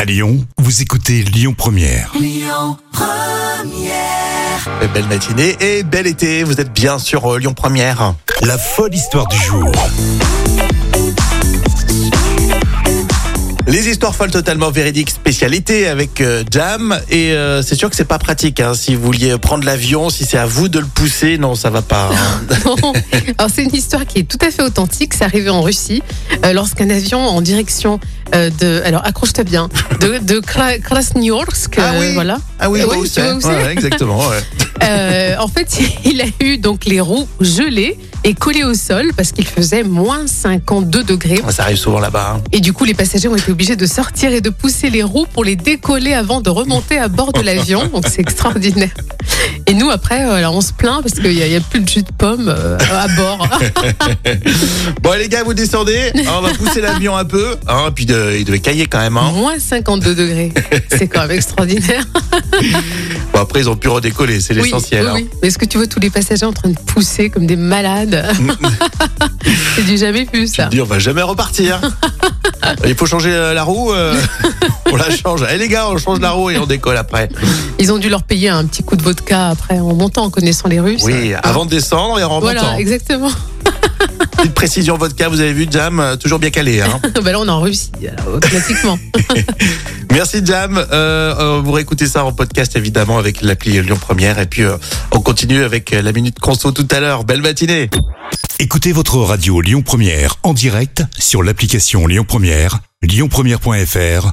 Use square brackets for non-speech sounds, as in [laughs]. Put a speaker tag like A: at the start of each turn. A: À Lyon, vous écoutez Lyon Première.
B: Euh, Belle matinée et bel été, vous êtes bien sur euh, Lyon Première.
A: La folle histoire du jour.
B: Les histoires folles totalement véridiques spécialité avec euh, Jam et euh, c'est sûr que c'est pas pratique hein, si vous vouliez prendre l'avion, si c'est à vous de le pousser, non ça va pas. hein.
C: Alors c'est une histoire qui est tout à fait authentique. C'est arrivé en Russie euh, lorsqu'un avion en direction euh, de, alors accroche-toi bien, de, de Kra- Krasnoyarsk,
B: Ah
C: euh,
B: oui.
C: voilà.
B: Ah oui,
C: Euh,
B: bon,
C: oui,
B: c'est-
C: tu vois où c'est
B: ouais, ouais, exactement. ouais.
C: Euh, en fait, [laughs] il a eu donc les roues gelées et collées au sol parce qu'il faisait moins 52 degrés.
B: [laughs] Ça arrive souvent là-bas. hein.
C: Et du coup, les passagers ont été obligés de sortir et de pousser les roues pour les décoller avant de remonter à bord
B: [laughs]
C: de l'avion. Donc c'est extraordinaire. Et nous, après, euh, alors, on se plaint parce qu'il n'y a, il y a plus de jus de pomme euh, à bord.
B: Bon les gars, vous descendez, hein, on va pousser l'avion un peu, hein, puis de- il devait cailler quand même. hein.
C: Moins 52
B: [laughs]
C: degrés. C'est quand même extraordinaire.
B: Bon, après ils ont pu redécoller, c'est
C: Oui,
B: l'essentiel.
C: oui,
B: hein.
C: oui. Mais est-ce que tu vois tous les passagers en train de pousser comme
B: [laughs]
C: des malades J'ai dû jamais vu
B: Tu te
C: ça.
B: dis, on va jamais [laughs] repartir. Il faut changer euh, la roue. [laughs] euh, on la change. Eh les gars, on change la roue et on décolle après.
C: Ils ont dû leur payer un petit coup de vodka après en montant, en connaissant les Russes.
B: Oui, avant de descendre et en remontant.
C: Voilà, exactement. [laughs]
B: Petite précision vodka, vous avez vu, Jam, euh, toujours bien calé. [laughs] hein.
C: bah là, on est en Russie, alors, automatiquement.
B: Merci, Jam. Euh, euh, vous réécoutez ça en podcast, évidemment, avec l'appli Lyon Première. Et puis, euh, on continue avec euh, la Minute Conso tout à l'heure. Belle matinée.
A: Écoutez votre radio Lyon Première en direct sur l'application Lyon Première, lyonpremière.fr